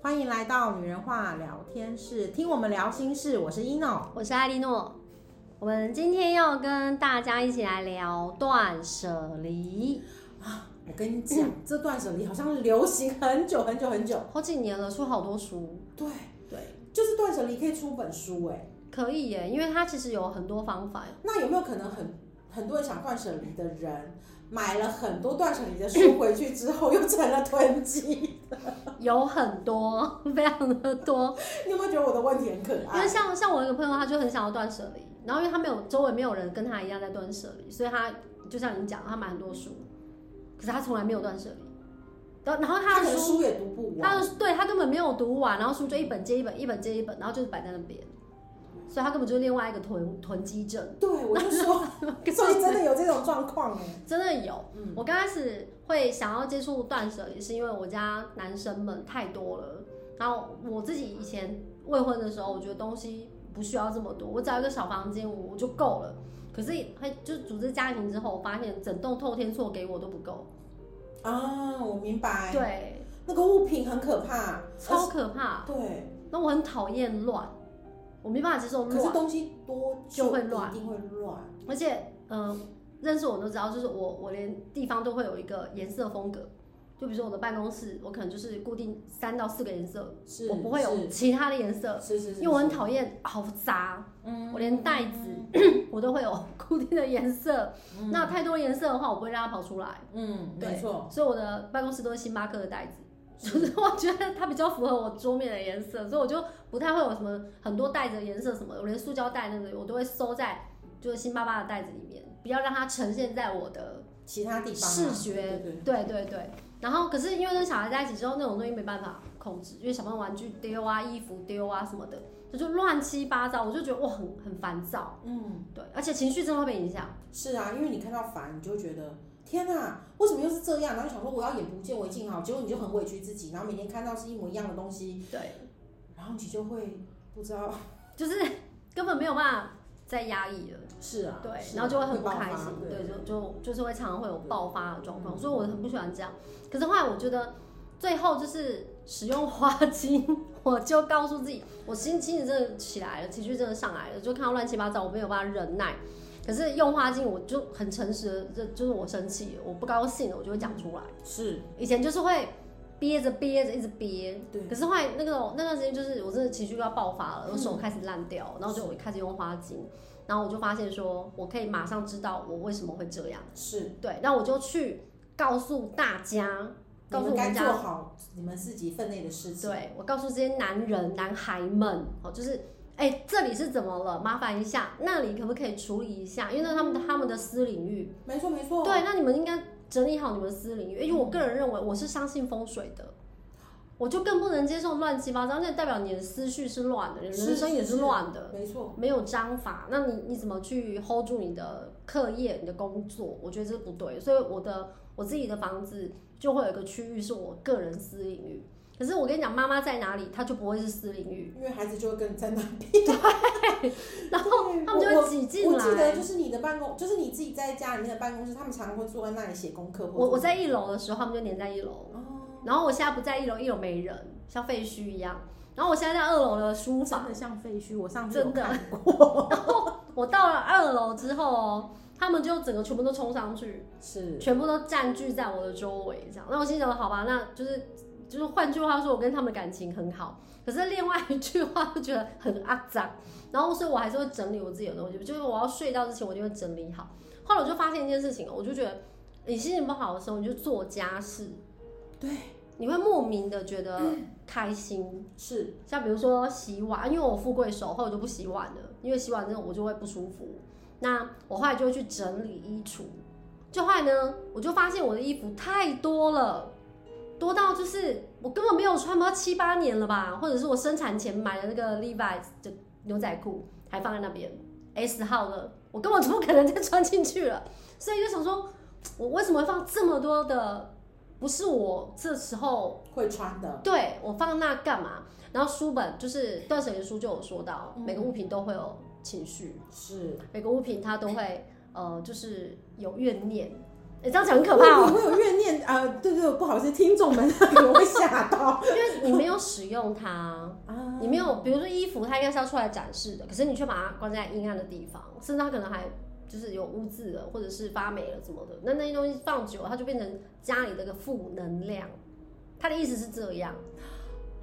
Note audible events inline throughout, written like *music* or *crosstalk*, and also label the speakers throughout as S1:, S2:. S1: 欢迎来到女人话聊天室，听我们聊心事。我是 ino，
S2: 我是艾莉诺。我们今天要跟大家一起来聊断舍离，
S1: 我跟你讲，这断舍离好像流行很久很久很久。
S2: 好几年了，出好多书，
S1: 对，
S2: 对，
S1: 就是断舍离可以出本书哎、
S2: 可以耶，因为它其实有很多方法。
S1: 那有没有可能很很多人想断舍离的人，买了很多断舍离的书回去之后，又成了囤积？ *laughs*
S2: 有很多，非常的多。
S1: 你有没有觉得我的问题很可
S2: 因为
S1: 爱？
S2: 像像我有一个朋友，他就很想要断舍离，然后因为他没有周围没有人跟他一样在断舍离，所以他就像你讲，他买很多书，可是他从来没有断舍离。然后然后他
S1: 他
S2: 的
S1: 可能
S2: 书，
S1: 书也读不
S2: 他
S1: 完，
S2: 的对他根本没有读完，然后书就一本接一本，一本接一本，然后就是摆在那边，所以他根本就是另外一个囤囤积症。
S1: 对我就说，
S2: *laughs*
S1: 所以真的有这种状况哎。
S2: 真的有，
S1: 嗯
S2: 我刚开始会想要接触断舍离，是因为我家男生们太多了。然后我自己以前未婚的时候，我觉得东西不需要这么多，我只要一个小房间我就够了。可是会就是组织家庭之后，我发现整栋透天厝给我都不够，
S1: 啊，我明白，
S2: 对，
S1: 那个物品很可怕，
S2: 超可怕。
S1: 对。
S2: 那我很讨厌乱，我没办法接受
S1: 可是
S2: 乱，
S1: 东西多
S2: 就会乱
S1: 一定会乱。
S2: 而且嗯、呃认识我都知道，就是我我连地方都会有一个颜色风格。就比如说我的办公室，我可能就是固定三到四个颜色，
S1: 是，
S2: 我不会有
S1: 是
S2: 其他的颜色，
S1: 是是是，
S2: 因为我很讨厌好杂，
S1: 嗯
S2: 我连袋子 *clears throat* 我都会有 *laughs* 固定的颜色。
S1: 嗯
S2: 那太多颜色的话，我不会让它跑出来，
S1: 嗯，
S2: 对
S1: 没错，
S2: 哦所以我的办公室都是星巴克的袋子。就是我觉得它比较符合我桌面的颜色，所以我就不太会有什么很多袋子的颜色什么的，我连塑胶袋那个我都会收在就是星巴克的袋子里面，不要让它呈现在我的
S1: 其他地方啊
S2: 视觉
S1: 对对，
S2: 对对对，然后可是因为跟小孩在一起之后，那种东西没办法控制，因为小朋友玩具丢啊、衣服丢啊什么的，这就乱七八糟，我就觉得哇，很很烦躁。
S1: 嗯，
S2: 对，而且情绪真的会被影响。
S1: 是啊，因为你看到烦，你就会觉得天哪、为什么又是这样？然后想说我要眼不见为净好，结果你就很委屈自己，然后每天看到是一模一样的东西，
S2: 对，
S1: 然后你就会不知道，
S2: 就是根本没有办法再压抑了。
S1: 是啊，
S2: 对，
S1: 是啊
S2: 然后就会很不
S1: 爆发
S2: 开心。对，
S1: 对，嗯
S2: 就就就是会常常会有爆发的状况，所以我很不喜欢这样。可是后来我觉得，最后就是使用花精，我就告诉自己，我心情真的起来了，情绪真的上来了，就看到乱七八糟，我没有办法忍耐。可是用花精，我就很诚实的，这就是我生气了，我不高兴了，我就会讲出来。
S1: 是，
S2: 以前就是会憋着憋着一直憋，
S1: 对
S2: 可是后来那个那段时间就是我真的情绪要爆发了，
S1: 嗯
S2: 我手开始烂掉，然后就我开始用花精，然后我就发现说我可以马上知道我为什么会这样，
S1: 是，
S2: 对，那我就去告诉大家，告
S1: 你们
S2: 诉我
S1: 该
S2: 们
S1: 做
S2: 家，
S1: 好你们自己分内的事情，
S2: 对我告诉这些男人男孩们，哦，就是。哎、这里是怎么了？麻烦一下，那里可不可以处理一下？因为那是他们的他们的私领域，
S1: 没错没错，嗯
S2: 对，那你们应该整理好你们的私领域，因为我个人认为我是相信风水的，我就更不能接受乱七八糟，那代表你的思绪是乱的，你的
S1: 是
S2: 人生也
S1: 是
S2: 是
S1: 是
S2: 乱的，
S1: 没错，
S2: 没有章法，那你你怎么去 hold 住你的课业、你的工作？我觉得这不对，所以我的我自己的房子就会有一个区域是我个人私领域。可是我跟你讲，妈妈在哪里，她就不会是私领域， *laughs*
S1: 因为孩子就会跟你在那边。
S2: 然后
S1: 对
S2: 他们就
S1: 嗯我
S2: 会挤进
S1: 我记得
S2: 来。
S1: 就是你的办公，就是你自己在家里面的办公室，他们常常会坐在那里写功课或
S2: 我我
S1: 做
S2: 在一楼的时候，他们就黏在一楼。
S1: 哦，
S2: 然后我现在不在一楼，一楼没人，像废墟一样。然后我现在在二楼的书
S1: 真
S2: 房，
S1: 的像废墟，我上次有
S2: 真的
S1: 看。
S2: *laughs* 我到了二楼之后哦，他们就整个全部都冲上去，
S1: 是
S2: 全部都占据在我的周围，这样。那我心想，好吧，那就是就是换句话说，我跟他们感情很好。可是另外一句话就觉得很肮脏，然后所以我还是会整理我自己的东西，就是我要睡觉之前我就会整理好。后来我就发现一件事情哦，我就觉得你心情不好的时候，你就做家事，
S1: 对，
S2: 你会莫名的觉得开心。
S1: 是
S2: 像比如说洗碗，因为我富贵手，后来我就不洗碗了，因为洗碗之后我就会不舒服。那我后来就会去整理衣橱，就后来呢，我就发现我的衣服太多了，多到就是我根本没有穿，不知道七八年了吧，或者是我生产前买的那个 Levi's 的牛仔裤还放在那边 S 号的，我根本就不可能再穿进去了，所以就想说，我为什么会放这么多的？不是我这时候
S1: 会穿的，
S2: 对我放那干嘛？然后书本就是断舍离书就有说到，
S1: 嗯
S2: 每个物品都会有情绪，
S1: 是
S2: 每个物品它都会呃，就是有怨念。哎、这样讲很可怕
S1: 我
S2: 哦，
S1: *laughs* 会有怨念啊、呃对对，不好意思，听众们，我会吓到。
S2: 因为你没有使
S1: *laughs*
S2: 用它，
S1: 啊，
S2: 你没有，比如说衣服，它应该是要出来展示的，可是你却把它关在阴暗的地方，甚至它可能还就是有污渍了，或者是发霉了什么的。那那些东西放久了，它就变成家里的一个负能量。他的意思是这样，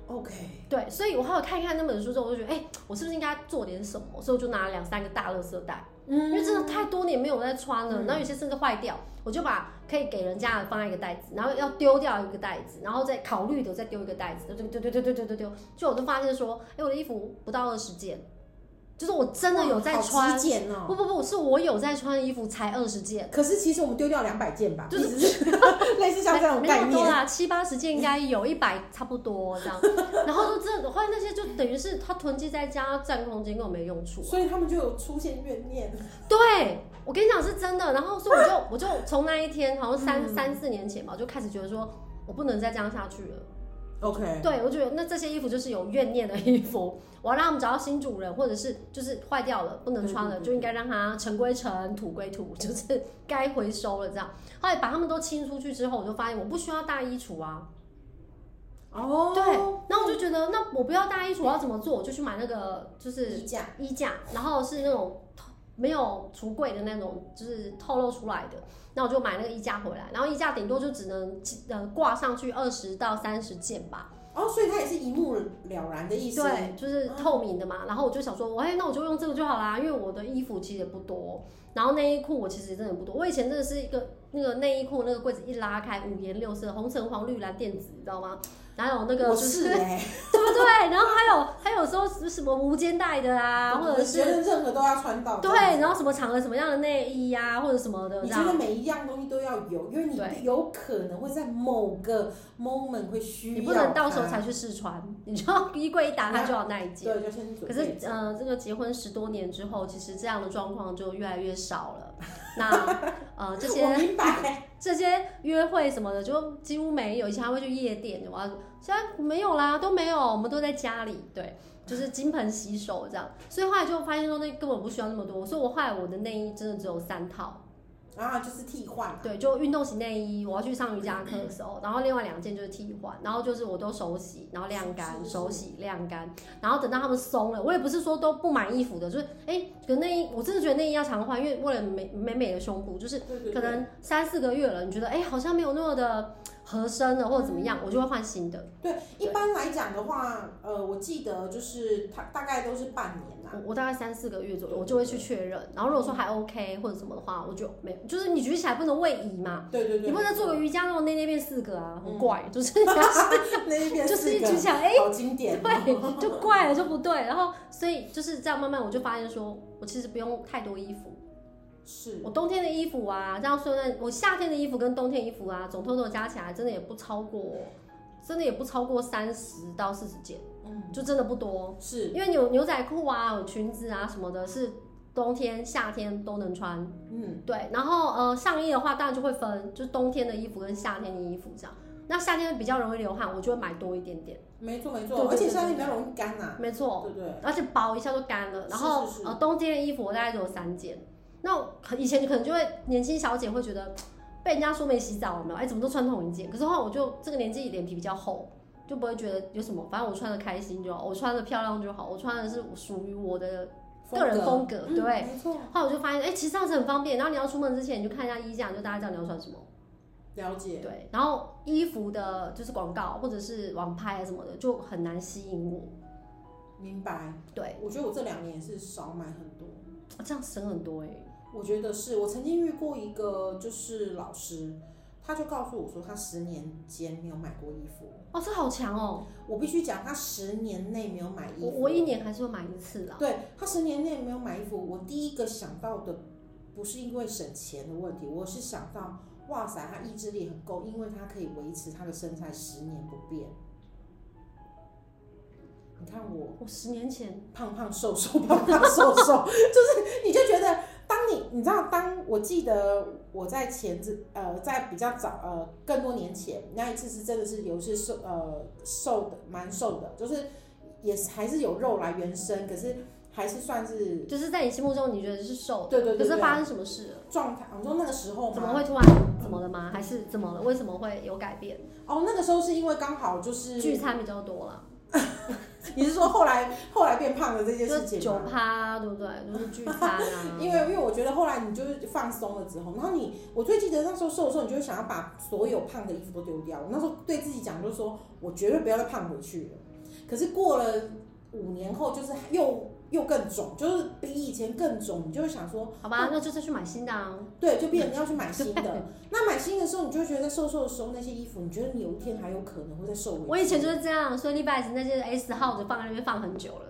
S1: OK，
S2: 对，所以我后来看一看那本书之后，我就觉得，哎、我是不是应该做点什么？所以我就拿了两三个大垃圾袋，
S1: 嗯
S2: 因为真的太多年没有在穿了，然后有些甚至坏掉，我就把可以给人家的放在一个袋子，然后要丢掉一个袋子，然后再考虑的再丢一个袋子，丢丢丢丢丢丢丢丢，就我就发现说，哎、我的衣服不到二十件，就是我真的有在
S1: 哇好
S2: 穿，
S1: 极简哦。
S2: 不不不，是我有在穿的衣服才二十件，
S1: 可是其实我们丢掉两百件吧，
S2: 就
S1: 意思
S2: *laughs*
S1: 是类似像这种
S2: 没没那
S1: 概
S2: 么多
S1: 念。
S2: 啦，七八十件应该有，一百差不多
S1: *laughs*
S2: 这样，然后就真的，后来那些就等于是它囤积在家占空间，根本没用处啊、
S1: 所以他们就有出现怨念，
S2: 对，我跟你讲是真的。然后所以我就我就从那一天，好像三、
S1: 嗯
S2: 三四年前吧，我就开始觉得说，我不能再这样下去了。
S1: OK，
S2: 对，我觉得那这些衣服就是有怨念的衣服，我要让他们找到新主人，或者是就是坏掉了不能穿了，
S1: 对对对
S2: 就应该让它尘归尘，土归土，就是该回收了这样。后来把他们都清出去之后，我就发现我不需要大衣橱啊。
S1: 哦，
S2: 对，然后我就觉得，那我不要大衣橱，我要怎么做？我就去买那个就是
S1: 衣架，
S2: 衣架，然后是那种透没有橱柜的那种，就是透露出来的。那我就买那个衣架回来，然后衣架顶多就只能呃挂上去二十到三十件吧，
S1: 哦，所以它也是一目了然的意思。
S2: 对，就是
S1: 嗯
S2: 透明的嘛。然后我就想说，哎，那我就用这个就好啦，因为我的衣服其实也不多，然后内衣裤我其实真的不多。我以前真的是一个那个内衣裤那个柜子一拉开，五颜六色，红橙黄绿蓝靛紫，你知道吗？然后有那个
S1: 我
S2: 就是是
S1: 哎、
S2: 对不对？然后还有还有说是什么无肩带的啊，或
S1: 我
S2: 者
S1: 觉
S2: 是
S1: 得任何都要穿到。
S2: 对，然后什么场合什么样的内衣呀、或者什么的，
S1: 你
S2: 这
S1: 觉
S2: 样
S1: 得每一样东西都要有，因为
S2: 对
S1: 你有可能会在某个 moment 会需要它。
S2: 你不能到时候才去试穿，你就要衣柜一打开就有那一件。
S1: 对，就先准
S2: 可
S1: 备
S2: 是，呃，这个结婚十多年之后，其实这样的状况就越来越少了。那，呃，
S1: *laughs*
S2: 这
S1: 我
S2: 些
S1: 明白，
S2: 这些约会什么的，就几乎没有。以前还会去夜店，我要现在没有啦，都没有，我们都在家里，对，就是金盆洗手这样。所以后来就发现说，那根本不需要那么多。所以我后来我的内衣真的只有三套，
S1: 然后就是替换啊。
S2: 对，就运动型内衣，我要去上瑜伽课的时候，然后另外两件就是替换，然后就是我都手洗，然后晾干，
S1: 是是
S2: 手洗晾干，然后等到他们松了，我也不是说都不买衣服的，就是哎，可能内衣我真的觉得内衣要常换，因为为了美美美的胸部，就是
S1: 对对对
S2: 可能三四个月了，你觉得哎好像没有那么的合身了或者怎么样，
S1: 嗯
S2: 我就会换新的。
S1: 对，一般来讲的话，呃，我记得就是它大概都是半年啊啦、
S2: 我我大概三四个月左右，我就会去确认，然后如果说还
S1: 嗯
S2: OK 或者什么的话，我就没，就是你举起来不能位移嘛。
S1: 对对对，
S2: 嗯你不能做个瑜伽，那种内内变四个啊，很怪，就是你
S1: *laughs*
S2: 要
S1: 那一边
S2: 就是
S1: 四
S2: 一
S1: 个
S2: 举起来，哎、
S1: 好经典、哦。
S2: *laughs* 对，就怪了，就不对。然后，所以就是这样，慢慢我就发现说，我其实不用太多衣服。
S1: 是
S2: 我冬天的衣服啊，这样说呢，我夏天的衣服跟冬天衣服啊，总偷偷加起来，真的也不超过，真的也不超过三十到四十件，
S1: 嗯，
S2: 就真的不多。
S1: 是，
S2: 因为有牛仔裤啊，有裙子啊什么的，是冬天、夏天都能穿。
S1: 嗯，
S2: 对，然后呃，上衣的话当然就会分，就是冬天的衣服跟夏天的衣服这样。那夏天比较容易流汗，我就会买多一点点。
S1: 没错没
S2: 对
S1: 错，
S2: 对
S1: 而且
S2: 对
S1: 夏天
S2: 对哦
S1: 比较容易干呐、
S2: 没错，
S1: 对不对？
S2: 而且薄一下就干了。然后
S1: 是是是
S2: 呃，冬天的衣服我大概只有三件。那我以前可能就会年轻小姐会觉得被人家说没洗澡有没有？哎、怎么都穿同一件？可是后来我就这个年纪脸皮比较厚，就不会觉得有什么，反正我穿的开心就好，我穿的漂亮就好，我穿的是属于我的个人
S1: 风
S2: 风格，
S1: 嗯
S2: 对。
S1: 没错，
S2: 后来我就发现，哎、其实这样子很方便。然后你要出门之前，你就看一下衣架，你就大概知道你要穿什么。
S1: 了解。
S2: 对，然后衣服的就是广告或者是网拍啊什么的，就很难吸引我。
S1: 明白，
S2: 对，
S1: 我觉得我这两年也是少买很多。
S2: 这样省很多哎、
S1: 我觉得是我曾经遇过一个就是老师，他就告诉我说他十年间没有买过衣服。
S2: 哦，这好强哦！
S1: 我必须讲，他十年内没有买衣
S2: 我
S1: 服。
S2: 我一年还是会买一次啦。
S1: 对他十年内没有买衣服，我第一个想到的不是因为省钱的问题，我是想到哇塞，他意志力很够，因为他可以维持他的身材十年不变。你看我
S2: 我十年前，
S1: 胖胖瘦瘦， *laughs* 胖胖瘦瘦， *laughs* 就是你就觉得，当你你知道，当我记得我在前子呃，在比较早呃更多年前那一次是真的是有一次瘦呃瘦的蛮瘦的，就是也是还是有肉来原生，可是还是算是
S2: 就是在你心目中你觉得是瘦的，
S1: 对对对对嗯
S2: 可是发生什么事了？
S1: 状态。你说那个时候
S2: 怎
S1: 吗？
S2: 么会突然怎么了吗？还是怎么了？为什么会有改变？
S1: 哦，那个时候是因为刚好就是
S2: 聚餐比较多了，
S1: 你是说后来后来变胖的这件
S2: 就
S1: 事
S2: 是
S1: 情
S2: 酒
S1: 吗？
S2: 趴啊，对不对？就是聚餐啊，
S1: *laughs* 因为因为我觉得后来你就是放松了之后，然后你我最记得那时候瘦的时候，你就会想要把所有胖的衣服都丢掉。我那时候对自己讲就是说，我绝对不要再胖回去了。可是过了五年后，就是又又更肿，就是比以前更肿，你就会想说，
S2: 好吧，那就再去买新的啊。
S1: 对，就变成要去买新
S2: *laughs*
S1: 的。那买新的时候，你就会觉得瘦瘦的时候那些衣服，你觉得你有一天还有可能会再瘦回去。
S2: 我以前就是这样，所以 Levi's 那些 S 号的放在那边放很久了。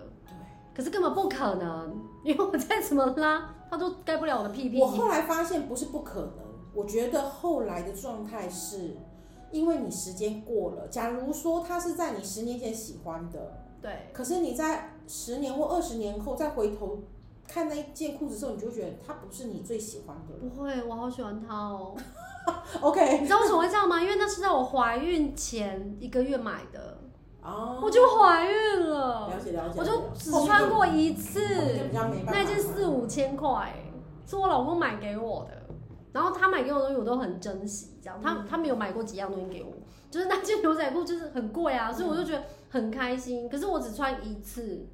S2: 可是根本不可能，因为我再怎么拉，它都盖不了我的屁屁
S1: 我。后来发现不是不可能，我觉得后来的状态是，因为你时间过了。假如说他是在你十年前喜欢的，
S2: 对，
S1: 可是你在十年或二十年后再回头看那一件裤子的时候，你就会觉得它不是你最喜欢的
S2: 不会，我好喜欢它哦。
S1: 了。OK，
S2: 你 *laughs* 知道为什么会这样吗？因为那是在我怀孕前一个月买的，
S1: 哦，
S2: 我就怀孕了
S1: 了，解了解，
S2: 我就只
S1: 后面
S2: 穿过一
S1: 就后面
S2: 次
S1: 就。比较没办法
S2: 那件四五千块、是我老公买给我的。然后他买给我的东西我都很珍惜，这样他
S1: 嗯
S2: 他没有买过几样东西给我，就是那件牛仔裤就是很贵啊，所以我就觉得很开心。可是我只穿一次，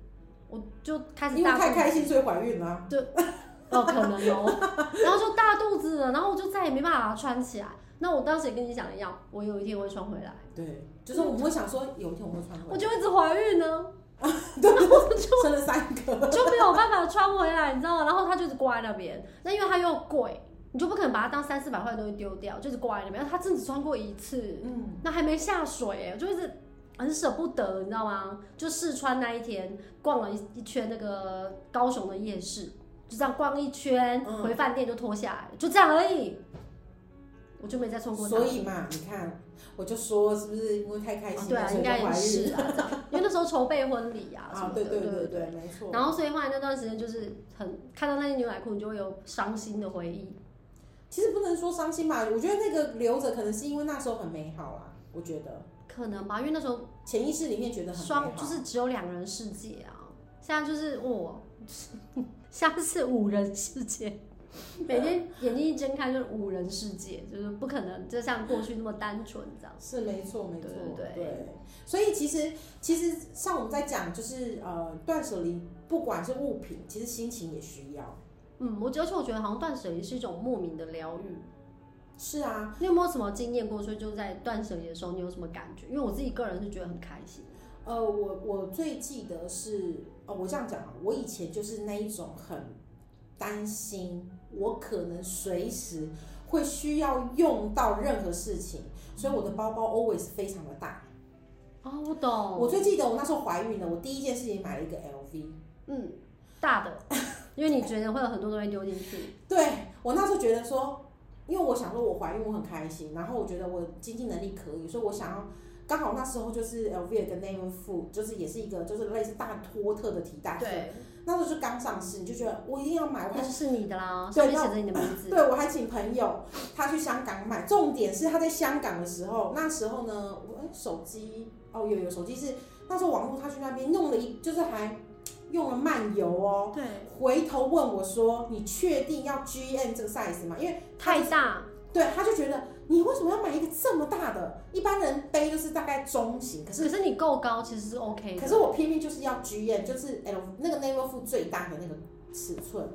S2: 我就开始
S1: 因为
S2: 大
S1: 太
S2: 肚
S1: 开
S2: 子，
S1: 心所以怀孕了、啊
S2: 哦可能哦，然后就大肚子了，然后我就再也没办法穿起来。那我当时也跟你讲一样，我有一天会穿回来，
S1: 对，就是我们会想说有一天我会穿回
S2: 我
S1: 来，
S2: 就一直怀孕呢，
S1: 生了三个，
S2: 就没有办法穿回来，你知道吗？然后它就是挂在那边，那因为它又贵，你就不可能把它当三四百块的东西丢掉，就是挂在那边。它真的只穿过一次，
S1: 嗯。
S2: 那还没下水哎、我就一直很舍不得，你知道吗？就试穿那一天，逛了一一圈那个高雄的夜市，就这样逛一圈，
S1: 嗯
S2: 回饭店就脱下来了，就这样而已。我就没再穿过它。
S1: 所以嘛，你看，我就说是不是因为太开
S2: 啊
S1: 心
S2: 对
S1: 了，
S2: 啊，
S1: 所以
S2: 应
S1: 就
S2: 该也
S1: 怀孕
S2: 是啊，这样因为那时候筹备婚礼啊什
S1: 啊
S2: 么？
S1: 对
S2: 的，
S1: 对
S2: 对
S1: 对对，没错。
S2: 然后所以后来那段时间就是很看到那件牛仔裤，你就会有伤心的回忆。
S1: 其实不能说伤心吧，我觉得那个留着可能是因为那时候很美好啦，我觉得
S2: 可能吧，因为那时候
S1: 潜意识里面觉得很美
S2: 双
S1: 好。
S2: 就是只有两人世界啊，现在就是我， *laughs* 现在是五人世界，每天眼睛一睁开就是五人世界，就是不可能就像过去那么单纯这样。
S1: 是没错，没错，
S2: 对对对
S1: 所以其实其实像我们在讲，就是呃断舍离，不管是物品，其实心情也需要。
S2: 嗯，我而且我觉得好像断舍离是一种莫名的疗愈。
S1: 是啊，
S2: 你有没有什么经验过？所以就在断舍离的时候，你有什么感觉？因为我自己个人是觉得很开心。
S1: 呃，我我最记得是，哦，我这样讲啊，我以前就是那一种很担心，我可能随时会需要用到任何事情，所以我的包包 always 非常的大。
S2: 哦，我懂。
S1: 我最记得我那时候怀孕了，我第一件事情买了一个 LV，
S2: 嗯，大的，因为你觉得会有很多东西丢进去。
S1: 对我那时候觉得说，因为我想说我怀孕我很开心，然后我觉得我经济能力可以，所以我想要。刚好那时候就是 LV 有一个 Name f 就是也是一个就是类似大托特的提袋，，
S2: 对，
S1: 那时候就刚上市，你就觉得我一定要买，我
S2: 那
S1: 还
S2: 就是你的啦，
S1: 对
S2: 上面写着你的名字。
S1: 对，我还请朋友他去香港买，重点是他在香港的时候，那时候呢，我哎手机哦有有手机是那时候网络他去那边弄了一，就是还用了漫游哦。
S2: 对，
S1: 回头问我说：“你确定要 G M 这个 size 吗？”因为他
S2: 太大，
S1: 对他就觉得你为什么要买一个这么大的？一般人背就是大概中型，可
S2: 可
S1: 是
S2: 是你够高其实是 OK 的。
S1: 可是我偏偏就是要 G M，就是 L 那个 Naval 副最大的那个尺寸。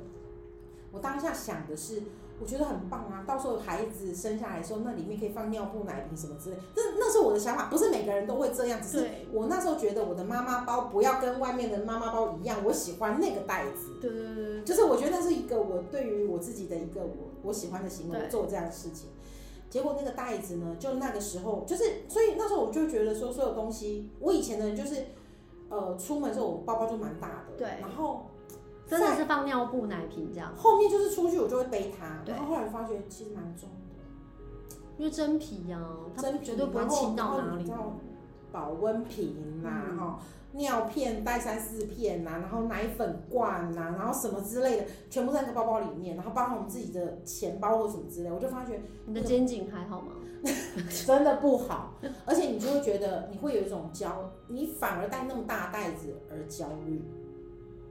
S1: 我当下想的是，我觉得很棒啊，到时候孩子生下来的时候，那里面可以放尿布、奶瓶什么之类。那那是我的想法，不是每个人都会这样，只是
S2: 对
S1: 我那时候觉得我的妈妈包不要跟外面的妈妈包一样，我喜欢那个袋子。
S2: 对对对对
S1: 就是我觉得那是一个我对于我自己的一个我我喜欢的行为，
S2: 对
S1: 我做这样的事情。结果那个袋子呢，就那个时候就是，所以那时候我就觉得说，所有东西，我以前呢就是，呃，出门的时候我包包就蛮大的，
S2: 对
S1: 然后
S2: 对，真的是放尿布、奶瓶这样，
S1: 后面就是出去我就会背它，
S2: 对
S1: 然后后来我发觉其实蛮重的，
S2: 因为真皮呀，它
S1: 真皮
S2: 绝对不会轻到哪里
S1: 然。后保温瓶啦、
S2: 嗯
S1: 哈、尿片带三四片呐、然后奶粉罐呐、然后什么之类的，全部在那个包包里面，然后包含我们自己的钱包或什么之类，我就发
S2: *laughs*
S1: 觉。
S2: 你的肩颈还好吗？
S1: 真的不好，而且你就会觉得你会有一种焦，你反而带那么大袋子而焦虑。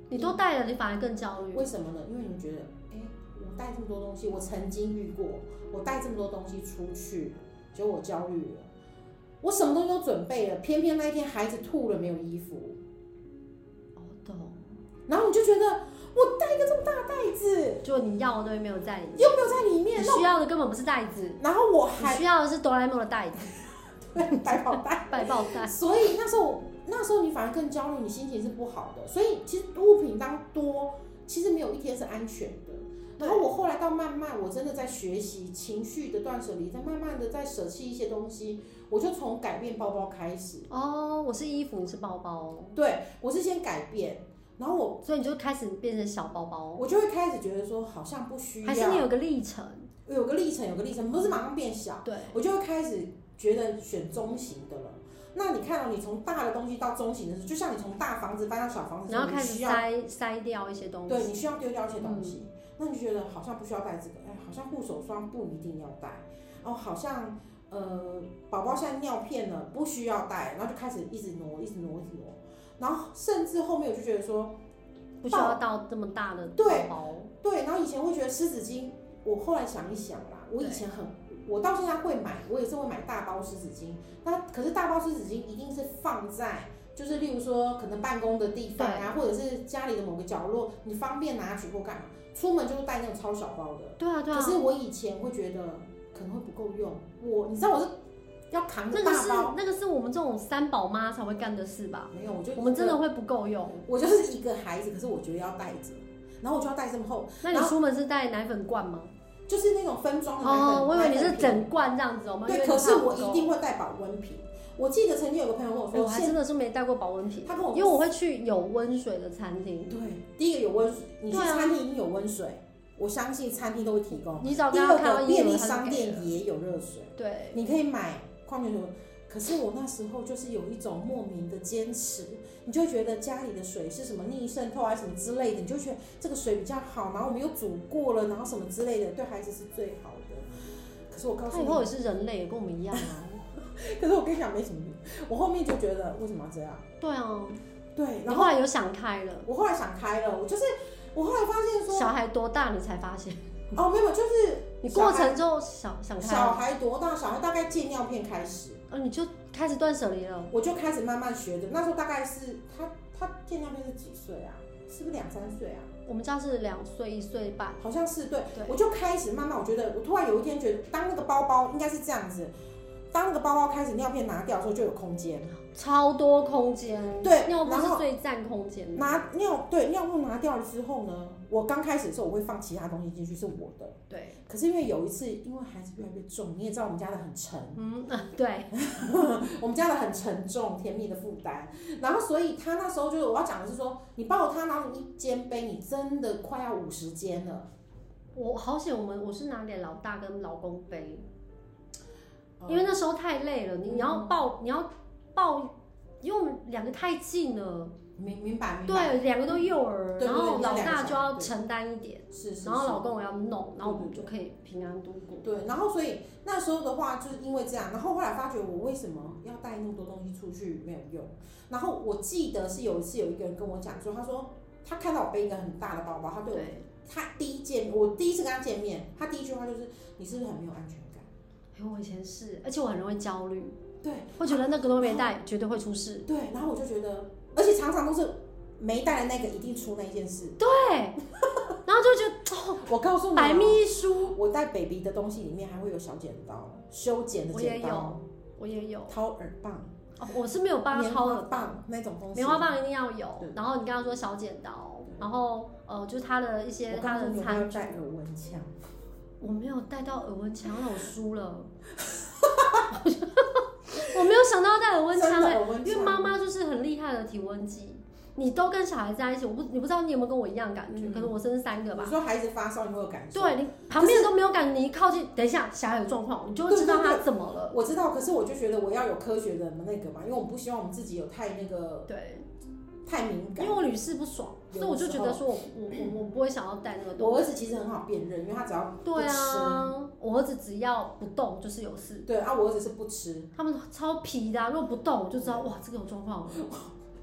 S2: 你都带了，你反而更焦虑。
S1: 为什么呢？因为你觉得，哎、我带这么多东西，我曾经遇过，我带这么多东西出去，结果我焦虑了，我什么东西都准备了，偏偏那一天孩子吐了没有衣服，
S2: 哦，懂。
S1: 然后你就觉得我带一个这么大的袋子
S2: 就你要的东西没有在里面，
S1: 又没有在里
S2: 你
S1: 面，那
S2: 需要的根本不是袋子，
S1: 然后我
S2: 你
S1: 还
S2: 需要的是哆啦 A 梦的袋子，
S1: *laughs* 对百宝袋，
S2: 百宝袋。
S1: 所以那时候那时候你反而更焦虑，你心情是不好的。所以其实物品当多，其实没有一天是安全的。然后我后来到慢慢，我真的在学习情绪的断舍离，在慢慢的在舍弃一些东西，我就从改变包包开始。
S2: 哦，我是衣服，你是包包，
S1: 对我是先改变，然后我
S2: 所以你就开始变成小包包，
S1: 我就会开始觉得说好像不需要，
S2: 还是你有个历程？
S1: 有个历程，有个历程，不是马上变小。
S2: 对，
S1: 我就会开始觉得选中型的了。那你看到、你从大的东西到中型的时候，就像你从大房子搬到小房子的时
S2: 然
S1: 候，
S2: 后开
S1: 哦你
S2: 始
S1: 需要
S2: 筛筛掉一些东
S1: 对
S2: 西。嗯
S1: 你需要丢掉一些东西，那你就觉得好像不需要带这个，哎，好像护手霜不一定要带，哦，好像呃宝宝现在尿片了不需要带，然后就开始一直挪，一直挪，一直挪，然后甚至后面我就觉得说，
S2: 不需要到这么大的
S1: 对
S2: 包包，
S1: 对，然后以前会觉得湿纸巾，我后来想一想啦，我以
S2: 对
S1: 前很，我到现在会买，我也是会买大包湿纸巾。那可是大包湿纸巾一定是放在，就是例如说可能办公的地方啊，或者是家里的某个角落，你方便拿取或干嘛。出门就是带那种超小包的。
S2: 对啊对
S1: 可
S2: 啊，
S1: 是我以前会觉得可能会不够用，我你知道我是要扛着
S2: 那
S1: 大
S2: 个是
S1: 包，
S2: 那个是我们这种三宝妈才会干的事吧？
S1: 没有，我就
S2: 我们真
S1: 一
S2: 的会不够用。
S1: 个，我就是一个孩子，可是我觉得要带着，然后我就要带这么厚，
S2: 那你出门是带奶粉罐吗？
S1: 就是那种分装的奶粉。
S2: 哦，我以为你
S1: 奶
S2: 是
S1: 粉瓶
S2: 整罐这样子哦。因
S1: 对，
S2: 为
S1: 可
S2: 你
S1: 是
S2: 怕
S1: 我
S2: 不够
S1: 一定会带保温瓶。我记得曾经有个朋友跟我
S2: 哎我
S1: 说，
S2: 还
S1: 现
S2: 真的是没带过保温瓶，
S1: 他跟我
S2: 因为我会去有温水的餐厅，
S1: 对第一个有温水，你去
S2: 对啊
S1: 餐厅一定有温水，我相信餐厅都会提供。
S2: 你只要
S1: 哦第
S2: 跟他
S1: 二
S2: 看到
S1: 个
S2: 一
S1: 便
S2: 眼，
S1: 利
S2: 他就
S1: 商
S2: 给了
S1: 店也有热水，
S2: 对，
S1: 你可以买矿泉水。可是我那时候就是有一种莫名的坚持，你就会觉得家里的水是什么逆渗透啊什么之类的，你就觉得这个水比较好，然后我们又煮过了，然后什么之类的，对孩子是最好的。可是我告诉
S2: 他
S1: 你，
S2: 以后也是人类，跟我们一样啊。
S1: 可是我跟你讲没什么用，我后面就觉得为什么要这样？
S2: 对啊，
S1: 对，
S2: 你
S1: 然
S2: 后
S1: 后
S2: 来有想开了，
S1: 我后来想开了，我就是我后来发现说，
S2: 小孩多大你才发现？
S1: 哦，没有，就是
S2: 你过程中想嗯想开
S1: 小
S2: 了，
S1: 孩多大，小孩大概戒尿片开始，
S2: 哦，你就开始断舍离了。
S1: 我就开始慢慢学的。那时候大概是他他戒尿片是几岁啊？是不是两三岁啊？
S2: 我们家是两岁一岁半，啊
S1: 好像是对，
S2: 对
S1: 我就开始慢慢，我觉得我突然有一天觉得，当那个包包应该是这样子，当那个包包开始尿片拿掉的时候就有空间，
S2: 超多空间，
S1: 对
S2: 尿布
S1: 然
S2: 是
S1: 后
S2: 最占空间的，
S1: 拿尿对尿布拿掉了之后呢，我刚开始的时候我会放其他东西进去是我的，
S2: 对，
S1: 可是因为有一次因为孩子越来越重，你也知道我们家的很沉。
S2: 嗯， *laughs* 啊对，
S1: 我们家的很沉重、甜蜜的负担。然后，所以他那时候就是我要讲的是说，你抱他，然后你一肩背，你真的快要五十肩了。
S2: 我好险，我们我是拿给老大跟老公背，
S1: 哦
S2: 因为那时候太累了，你你要
S1: 嗯
S2: 抱，你要抱，因为我们两个太近了，
S1: 嗯明明白明白，
S2: 对，两个都幼儿，
S1: 对对
S2: 然后
S1: 对
S2: 老
S1: 两个
S2: 大
S1: 小
S2: 就要
S1: 对
S2: 承担一点，
S1: 是是。
S2: 然后
S1: 是
S2: 老公我要弄，然后我们
S1: 对
S2: 就可以平安度过。
S1: 对，然后所以那时候的话，就是因为这样，然后后来发觉我为什么要带那么多东西出去没有用。然后我记得是有一次有一个人跟我讲说，他说他看到我背一个很大的包包，他啊对我，
S2: 对，
S1: 他第一见我第一次跟他见面，他第一句话就是你是不是很没有安全感？
S2: 因哎为我以前是，而且我很容易焦虑，
S1: 对，
S2: 会觉得那个都没带，绝对会出事。
S1: 对，然后我就觉得，而且常常都是没带的那个一定出那一件事。
S2: 对，然后就觉得哦，
S1: 我告诉你，
S2: 百密一疏，
S1: 我带 baby 的东西里面还会有小剪刀、修剪的
S2: 我也
S1: 剪刀、
S2: 我也有，
S1: 掏耳棒、
S2: 哦，我是没有帮他
S1: 棉
S2: 掏
S1: 花
S2: 耳
S1: 棒那种东西。
S2: 棉花棒一定要有
S1: 对，
S2: 然后你刚刚说小剪刀，然后呃，就是他的一些
S1: 我
S2: 他
S1: 告诉
S2: 的
S1: 你，我
S2: 餐
S1: 要
S2: 具，
S1: 带耳温枪。
S2: 我没有带到耳温枪，那我输了。 *laughs* 我没有想到要带耳温
S1: 真
S2: 枪
S1: 的
S2: 哎、
S1: 耳温
S2: 因
S1: 枪
S2: 为妈妈就是很厉害的体温计，你都跟小孩在一起，我不你不知道你有没有跟我一样感觉，
S1: 嗯
S2: 可能我生三个吧
S1: 你。说孩子发烧，你会有感受？
S2: 对你旁边都没有感觉，你一靠近，等一下小孩有状况，你就会知道
S1: 对对
S2: 他怎么了。
S1: 我知道，可是我就觉得我要有科学的那个嘛，因为我不希望我们自己有太那个
S2: 对，
S1: 太敏
S2: 因
S1: 感
S2: 为。我屡试不爽，
S1: 有
S2: 所以我就
S1: 时
S2: 觉得说我我我我不会想要带那个东
S1: 我
S2: 西。
S1: 儿子其实很好辨认，因为他只要不
S2: 对
S1: 吃，
S2: 啊，我儿子只要不动就是有事。
S1: 对啊，我儿子是不吃，
S2: 他们超皮的啊、如果不动我就知道哇，这个有状况了。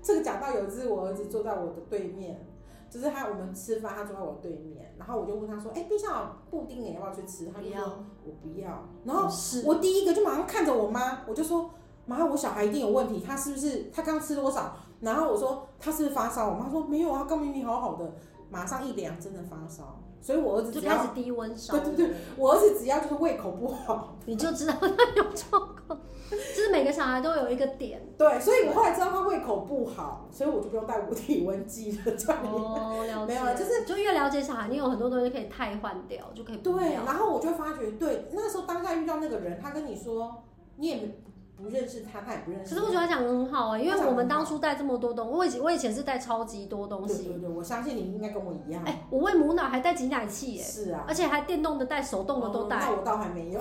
S1: 这个讲到有一次，我儿子坐在我的对面，就是他我们吃饭，他坐在我对面，然后我就问他说：“哎、冰箱有布丁，你要不要去吃？”他就
S2: 不要
S1: 说：“我不要。”然后
S2: 是
S1: 我第一个就马上看着我妈，我就说：“妈，我小孩一定有问题，他是不是他刚吃多少？”然后我说：“他是不是发烧？”我妈说：“没有啊，刚明明好好的。”马上一量真的发烧，所以我儿子
S2: 就
S1: 只
S2: 开
S1: 要
S2: 始低温烧，
S1: 对对对，我儿子只要就是胃口不好，
S2: 你就知道他有状况。就是每个小孩都有一个点
S1: 对，所以我后来知道他胃口不好，所以我就不用带无体温计了，这样。
S2: 哦，了解，
S1: 没有啊就是
S2: 就越了解小孩，你有很多东西可以替换掉，就可以不
S1: 对，
S2: 要。
S1: 然后我就发觉，对，那时候当下遇到那个人，他跟你说，你也不认识他，他也不认
S2: 可
S1: 识
S2: 是
S1: 你。
S2: 我觉得他讲的很好啊、因
S1: 他
S2: 为
S1: 讲得
S2: 我们
S1: 很好
S2: 当初带这么多东我以前我以前是带超级多东
S1: 对对
S2: 西，
S1: 对，我相信你应该跟我一样。
S2: 哎、我喂母奶还带挤奶器耶、
S1: 是啊，
S2: 而且还电动的带，手动的都带，
S1: 哦那我倒还没
S2: *laughs*
S1: 有，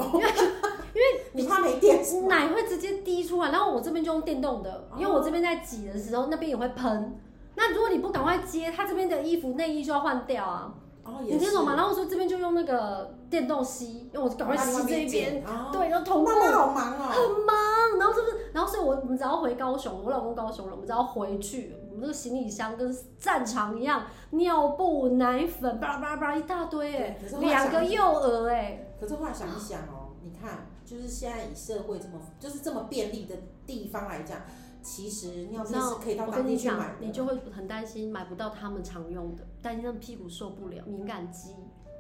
S2: 你
S1: *laughs* 你怕没电是
S2: *laughs*
S1: 吗？
S2: 奶会直接滴出来，然后我这边就用电动的，
S1: 哦
S2: 因为我这边在挤的时候，那边也会喷。那如果你不赶快接，他这边的衣服内衣就要换掉啊，
S1: 哦，也
S2: 你
S1: 是
S2: 听懂吗？？然后我说这边就用那个电动吸，因为我赶快吸这一边，
S1: 边。哦，
S2: 对，然后同
S1: 妈
S2: 步
S1: 妈好忙哦。
S2: 很忙，然后是不是？然后所以我我们只要回高雄，我老公高雄人，我们只要回去，我们那个行李箱跟战场一样，尿布、奶粉，巴拉巴拉巴拉一大堆、哎，
S1: 对可是后来
S2: 两个
S1: 想
S2: 幼儿、哎，
S1: 可是后来想一想哦，你看，就是现在以社会这么就是这么便利的地方来讲，其实尿片是可以到
S2: 我
S1: 当
S2: 跟你
S1: 地去
S2: 讲
S1: 买，
S2: 你
S1: 的。
S2: 就会很担心买不到他们常用的，担心他们屁股受不了，敏感肌。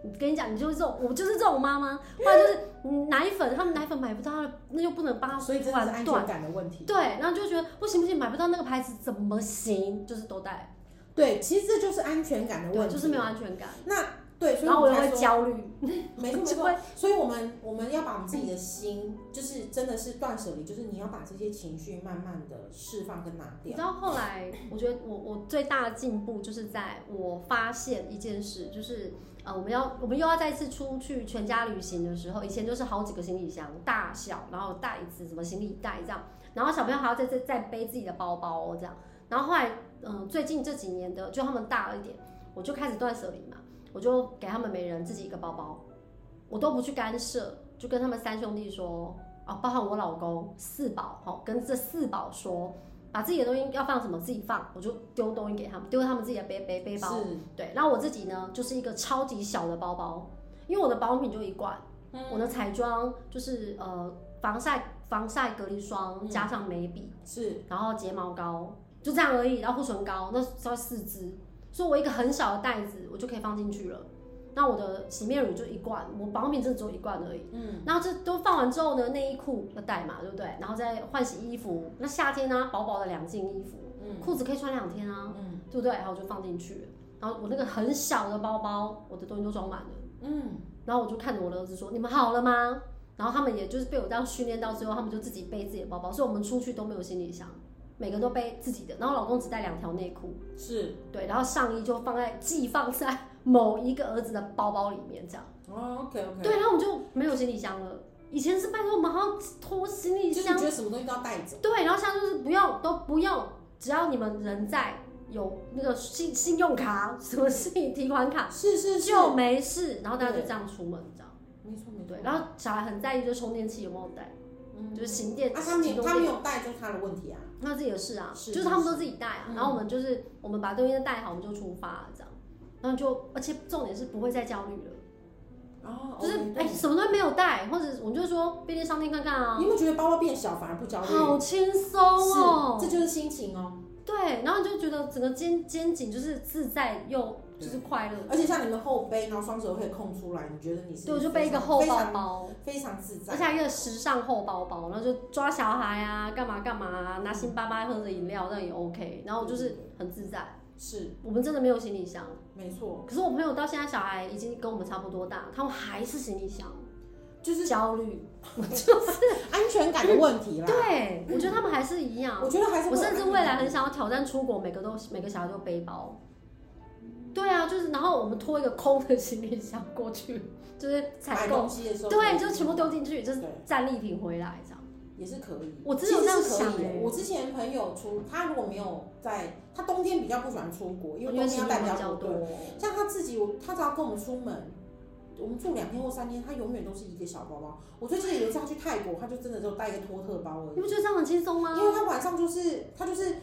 S2: 我跟你讲，你就是这种，我就是这种妈妈，不然就是嗯奶粉，他们奶粉买不到，那又不能帮他
S1: 所以真的是
S2: 换
S1: 安
S2: 断
S1: 全，感的问题。
S2: 对，然后就觉得不行不行，买不到那个牌子怎么行？就是都带。
S1: 对，其实这就是安全感的
S2: 对，
S1: 问题，
S2: 就是没有安全感，
S1: 那对，所以
S2: 然后我
S1: 们
S2: 又
S1: 才
S2: 会
S1: 说
S2: 焦虑，
S1: 没错没
S2: 就
S1: 错
S2: 会，
S1: 所以我们我们要把我们自己的心，就是真的是断舍离，就是你要把这些情绪慢慢的释放跟拿
S2: 你
S1: 掉
S2: 知。道后来，我觉得我我最大的进步就是在我发现一件事，就是呃，我们要我们又要再次出去全家旅行的时候，以前就是好几个行李箱，大小，然后袋子什么行李袋这样，然后小朋友还要再再再背自己的包包、哦、这样，然后后来嗯、呃最近这几年的，就他们大了一点，我就开始断舍离嘛，我就给他们每人自己一个包包，我都不去干涉，就跟他们三兄弟说。啊，包含我老公四宝，哦，跟这四宝说，把自己的东西要放什么自己放，我就丢东西给他们，丢他们自己的背背背包。
S1: 是，
S2: 对，然后我自己呢，就是一个超级小的包包，因为我的保养品就一罐，我的彩妆就是呃防晒防晒隔离霜
S1: 嗯
S2: 加上眉笔，
S1: 是
S2: 然后睫毛膏就这样而已，然后护唇膏那稍微四支，所以我一个很小的袋子我就可以放进去了。那我的洗面乳就一罐，我保养品真的只有一罐而已。
S1: 嗯，
S2: 然后这都放完之后呢，内衣裤要带嘛，对不对？然后再换洗衣服。那夏天呢、薄薄的两件衣服，
S1: 嗯
S2: 裤子可以穿两天啊，
S1: 嗯
S2: 对不对？然后我就放进去了。然后我那个很小的包包，我的东西都装满了。
S1: 嗯，
S2: 然后我就看着我的儿子说：“你们好了吗？”然后他们也就是被我这样训练到最后，他们就自己背自己的包包，所以我们出去都没有行李箱，每个人都背自己的。然后我老公只带两条内裤，
S1: 是
S2: 对，然后上衣就放在寄放在 *laughs* 某一个儿子的包包里面这样。
S1: 哦，OK OK，，
S2: 对，然后我们就没有行李箱了。以前是拜托我们还要拖行李
S1: 就是你
S2: 箱
S1: 觉，得什么东西都要带走，
S2: 对，然后现在就是不用都不用，只要你们人在，有那个信信用卡、什么信用提款卡
S1: 是是是，
S2: 就没事，然后大家就这样出门，这样
S1: 没错没错
S2: 对。。然后小孩很在意，就是充电器有没有带，
S1: 嗯
S2: 就是行电、
S1: 啊，他没
S2: 行
S1: 有
S2: 动
S1: 他没
S2: 电。
S1: 有带就是他的问题啊，
S2: 那自己的事啊，
S1: 是
S2: 就是他们都自己带啊，
S1: 嗯
S2: 然后我们就是我们把东西带好，我们就出发了这样，然后就而且重点是不会再焦虑了，
S1: 哦，
S2: 就是
S1: OK，
S2: 哎、
S1: 对
S2: 什么东西没有带，或者我们就说便利商店看看啊
S1: 你，有没有觉得包包变小反而不焦虑？
S2: 好轻松哦，
S1: 是，这就是心情哦。
S2: 对，然后你就觉得整个肩肩颈就是自在又就是快乐，
S1: 而且像你们后背，然后双手可以空出来，你觉得你是
S2: 对，我就
S1: 非
S2: 背一个
S1: 常
S2: 厚
S1: 非
S2: 包
S1: 常
S2: 包，
S1: 非常自在
S2: 而且。还有一个时尚厚包包，然后就抓小孩啊，干嘛干嘛、啊，拿星巴巴喝着饮料，那也 OK，然后我就是很自在。
S1: 是，
S2: 我们真的没有行李箱，
S1: 没错，
S2: 可是我朋友到现在小孩已经跟我们差不多大，他们还是行李箱，
S1: 就是
S2: 焦
S1: *laughs*
S2: 虑。
S1: 安全感的问题啦。
S2: 对，我觉得他们还是一样。
S1: 我觉得 *laughs* 还是
S2: 嗯我
S1: 会有
S2: 甚至未来很
S1: 安
S2: 想要挑战出国，每个都每个小孩都背包。对啊，就是然后我们拖一个空的行李箱过去， *laughs* 就是
S1: 全感
S2: 采
S1: 买东
S2: 购，
S1: 西的时候，
S2: 对，就全部丢进去，就是
S1: 对
S2: 战利品回来这样。
S1: 也是可以。
S2: 我真
S1: 其
S2: 的
S1: 实
S2: 有这样
S1: 是可
S2: 想
S1: 以
S2: 欸
S1: 的。我之前朋友出，他如果没有在，他冬天比较不喜欢出国，因为冬天
S2: 行
S1: 要
S2: 李
S1: 带比
S2: 比
S1: 较
S2: 较
S1: 多。
S2: 多，
S1: 像他自己，我他只要跟我们出门，我们住两天或三天，他永远都是一个小包包。我最记得有一次他去泰国，他就真的就带一个托特包而已
S2: 你不觉得这样很轻松吗？啊
S1: 因为他晚上就是他就是，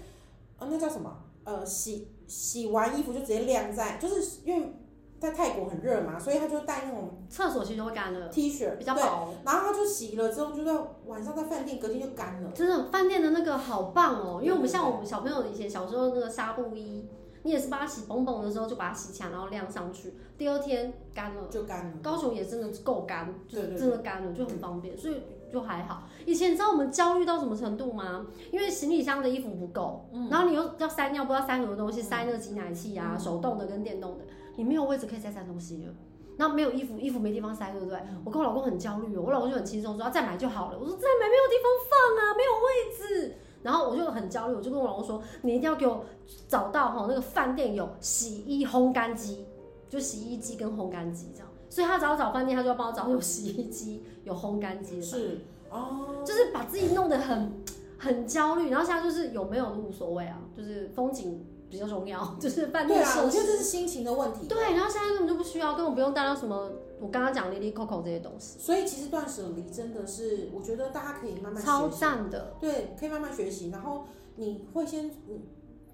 S1: 呃，那叫什么？呃洗洗完衣服就直接晾在，就是因为在泰国很热嘛，所以他就带那种
S2: 厕所其实都会干了，
S1: T 恤，
S2: 嗯比较
S1: 对，
S2: 薄。
S1: 然后他就洗了之后就在晚上在饭店，隔天就干了。
S2: 真的，饭店的那个好棒哦，因为我们像我们小朋友以前小时候那个纱布衣，你也是把它洗蓬蓬的时候就把它洗起来，然后晾上去，第二天干了。
S1: 就干了，
S2: 高雄也真的是够干，就
S1: 嗯对
S2: 是
S1: 对
S2: 真的干了，就很方便，所以就还好。以前你知道我们焦虑到什么程度吗？因为行李箱的衣服不够，
S1: 嗯
S2: 然后你又要塞尿布，要塞很多东西，塞那个挤奶器啊，手动的跟电动的，你没有位置可以再塞东西了。然后没有衣服，衣服没地方塞，对不对？
S1: 嗯
S2: 我跟我老公很焦虑哦，我老公就很轻松说、啊、再买就好了。我说再买没有地方放啊，没有位置。然后我就很焦虑，我就跟我老公说，你一定要给我找到哈、那个饭店有洗衣烘干机，就洗衣机跟烘干机这样。所以他只要找饭店，他就要帮我找有洗衣机、有烘干机的
S1: 是哦，
S2: 就是把自己弄得很很焦虑，然后现在就是有没有都无所谓啊，就是风景比较重要，就是饭
S1: 对
S2: 店
S1: 啊，我
S2: 设
S1: 觉得这
S2: 施。
S1: 是心情的问题。
S2: 对，然后现在根本就不需要，根本不用带到什么我刚刚讲 Lily Coco 这些东西，
S1: 所以其实断舍离真的是，我觉得大家可以慢慢
S2: 超
S1: 学习，
S2: 赞的。
S1: 对，可以慢慢学习。然后你会先，你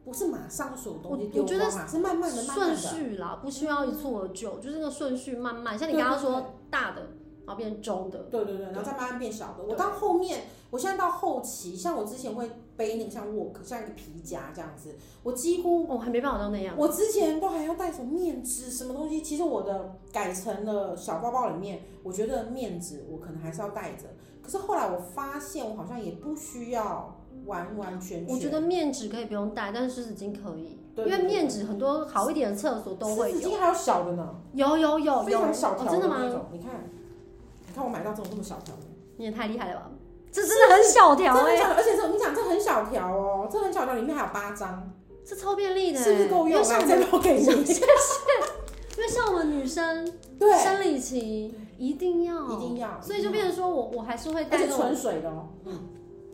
S1: 不是马上所有东西
S2: 我
S1: 丢
S2: 我觉得
S1: 光啊，是慢慢的、慢慢
S2: 顺
S1: 的。
S2: 序啦，不需要一蹴而就，就是那个顺序慢慢。像你
S1: 对
S2: 刚刚
S1: 对
S2: 说大的，然后变中的，
S1: 对对对，然后
S2: 对
S1: 再慢慢变小的。我
S2: 对
S1: 到后面，我现在到后期，像我之前会背那个像 work 像一个皮夹这样子，哦我几乎
S2: 我还没办法到那样。
S1: 我之前都还要带什么面纸什么东西，其实我的改成了小包包里面，我觉得面纸我可能还是要带着。可是后来我发现，我好像也不需要完完全全。
S2: 我觉得面纸可以不用带，但是湿纸巾可以，
S1: 对
S2: 因
S1: 对
S2: 为
S1: 对
S2: 面纸很多好一点的厕所都会
S1: 湿纸
S2: 有。
S1: 巾还有小的呢，
S2: 有有有
S1: 非
S2: 有，
S1: 常小条
S2: 哦，真的
S1: 那
S2: 吗？
S1: 种。你看，你看我买到这种这么小条的，
S2: 你也太厉害了吧！这真的很小条
S1: 这很
S2: 哎、
S1: 小，而且这我跟你讲，这很小条哦，这很小条，里面还有八张，
S2: 这超便利的、欸，
S1: 是不是够用
S2: 因为像
S1: 啊？
S2: 我
S1: 这
S2: 们，
S1: 包给你。
S2: 因为像我们女生
S1: 对，
S2: 生理期一定要，
S1: 一定要。
S2: 哦
S1: 嗯
S2: 所以就变成说我我还是会
S1: 而
S2: 带
S1: 且
S2: 那种。
S1: 纯水的哦，嗯，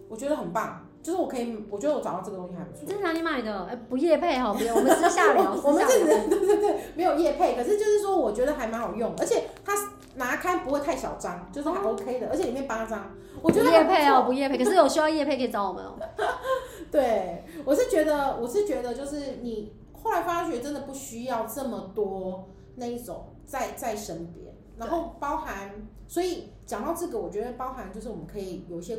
S1: 我觉得很棒，就是我可以，我觉得我找到这个东西还不错
S2: 你。在哪里买的？哎、不夜配哈，不用，我们私下聊。
S1: *laughs* 我们这
S2: 私下
S1: 只
S2: 聊
S1: 对对对没有夜配，可是就是说，我觉得还蛮好用，而且它拿开不会太小张，就是还 OK 的，而且里面八张，我觉得
S2: 不夜
S1: 还不
S2: 哦配
S1: 错
S2: 哦，不夜配，可是有需要夜配可以找我
S1: *laughs*
S2: 们哦。
S1: 对，我是觉得，我是觉得，就是你后来发觉真的不需要这么多那一种在在身边，然后包含，所以讲到这个，我觉得包含就是我们可以有一些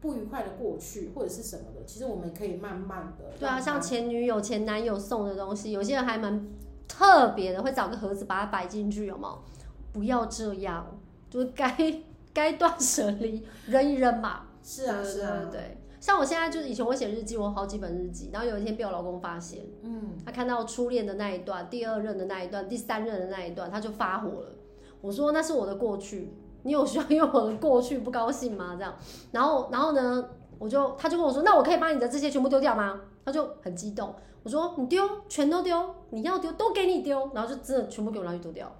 S1: 不愉快的过去或者是什么的，其实我们可以慢慢的，
S2: 对啊，像前女友、前男友送的东西，有些人还蛮特别的，会找个盒子把它摆进去，有没有？不要这样，就是该该断舍离，扔一扔吧。
S1: 是啊
S2: 对
S1: 是啊，
S2: 对对对。像我现在就是以前我写日记，我有好几本日记，然后有一天被我老公发现，
S1: 嗯，
S2: 他看到初恋的那一段、第二任的那一段、第三任的那一段，他就发火了。我说那是我的过去，你有需要因为我的过去不高兴吗？这样，然后然后呢，我就他就跟我说，那我可以把你的这些全部丢掉吗？他就很激动，我说你丢，全都丢，你要丢都给你丢，然后就真的全部给我拿去丢掉。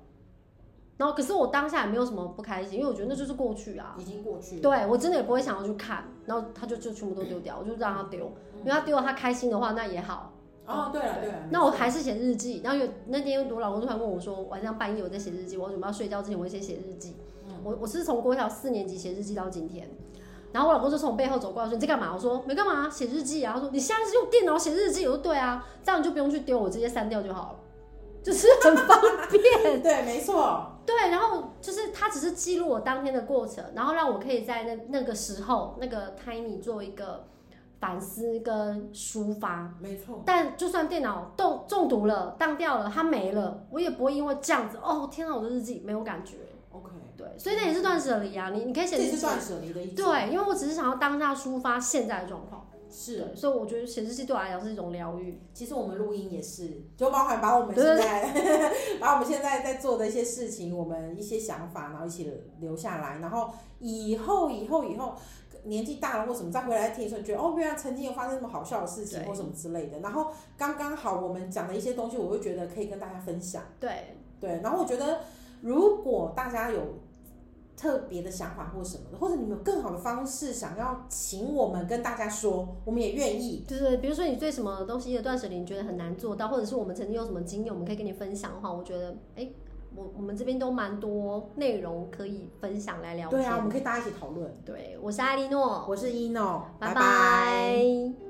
S2: 然后可是我当下也没有什么不开心，因为我觉得那就是过去啊。
S1: 已经过去了，
S2: 对我真的也不会想要去看，然后他就就全部都丢掉，我就让他丢，因为他丢了他开心的话那也好。
S1: 哦对了对了，
S2: 那我还是写日记。然后有那天我老公突然问我说，晚上半夜我在写日记，我准备要睡觉之前我会先写日记。我我是从国小四年级写日记到今天。然后我老公就从背后走过来说：“你在干嘛？”我说：“没干嘛，写日记啊。”他说：“你现在是用电脑写日记？”我说：“对啊，这样你就不用去丢，我直接删掉就好了，就是很方便。”
S1: 对，没错，
S2: *laughs* 对，然后就是它只是记录我当天的过程，然后让我可以在那那个时候那个 timing 做一个反思跟抒发。
S1: 没错，
S2: 但就算电脑中中毒了、当掉了、它没了，我也不会因为这样子哦，天啊，我的日记没有感觉。
S1: ，OK，
S2: 对，所以那也是断舍离啊，你你可以
S1: 这
S2: 写
S1: 也
S2: 日
S1: 是
S2: 记。
S1: 断舍离的一种，
S2: 对，因为我只是想要当下抒发现在的状况，
S1: 是。
S2: 对所以我觉得写日记对我来讲是一种疗愈。
S1: 其实我们录音也是，就包含把我们
S2: 对
S1: 现
S2: 对
S1: 在 *laughs* 把我们现在在做的一些事情，我们一些想法，然后一起留下来，然后以后以后以后年纪大了或什么再回来听的时候，觉得哦，原来曾经有发生什么好笑的事情
S2: 对
S1: 或什么之类的。然后刚刚好我们讲的一些东西，我会觉得可以跟大家分享。
S2: 对，
S1: 对，然后我觉得如果大家有特别的想法或什么的，或者你们有更好的方式想要请我们跟大家说，我们也愿意。
S2: 就是比如说你对什么东西的断舍离你觉得很难做到，或者是我们曾经有什么经验，我们可以跟你分享的话，我觉得，哎、我我们这边都蛮多内容可以分享
S1: 啊
S2: 来聊天。
S1: 对啊，我们可以大家一起讨论。
S2: 对我是艾莉诺，
S1: 我是一诺，
S2: 拜
S1: 拜拜
S2: 拜